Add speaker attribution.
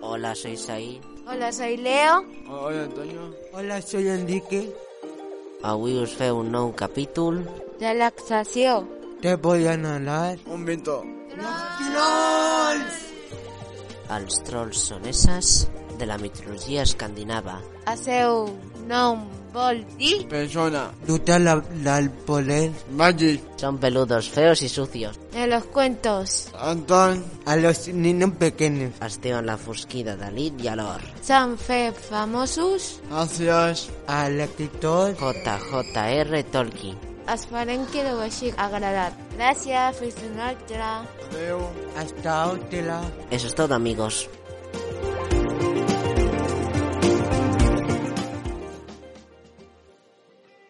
Speaker 1: Hola, soy Said.
Speaker 2: Hola, soy Leo.
Speaker 3: Hola, Antonio.
Speaker 4: Hola, soy Enrique.
Speaker 1: Avui us feu un nou capítol.
Speaker 2: Relaxació.
Speaker 4: Te voy a nadar.
Speaker 3: Un viento.
Speaker 4: ¡Trolls!
Speaker 1: Els trolls són esses de la mitologia escandinava.
Speaker 2: El seu nom vol dir...
Speaker 3: Persona.
Speaker 4: Luta la, la al poder
Speaker 3: Magic.
Speaker 1: Són peludos, feos i sucios.
Speaker 2: En los cuentos
Speaker 3: Anton.
Speaker 4: a los niños pequeños.
Speaker 1: Es diuen la fosquida de l'it i a l'or.
Speaker 2: s'han fet famosos.
Speaker 3: Gracias.
Speaker 4: Al escritor.
Speaker 1: JJR Tolkien.
Speaker 2: Esperem que us hagi agradat. Gràcies, fins una altra.
Speaker 3: Adeu.
Speaker 4: Hasta otra.
Speaker 1: Eso es todo, amigos.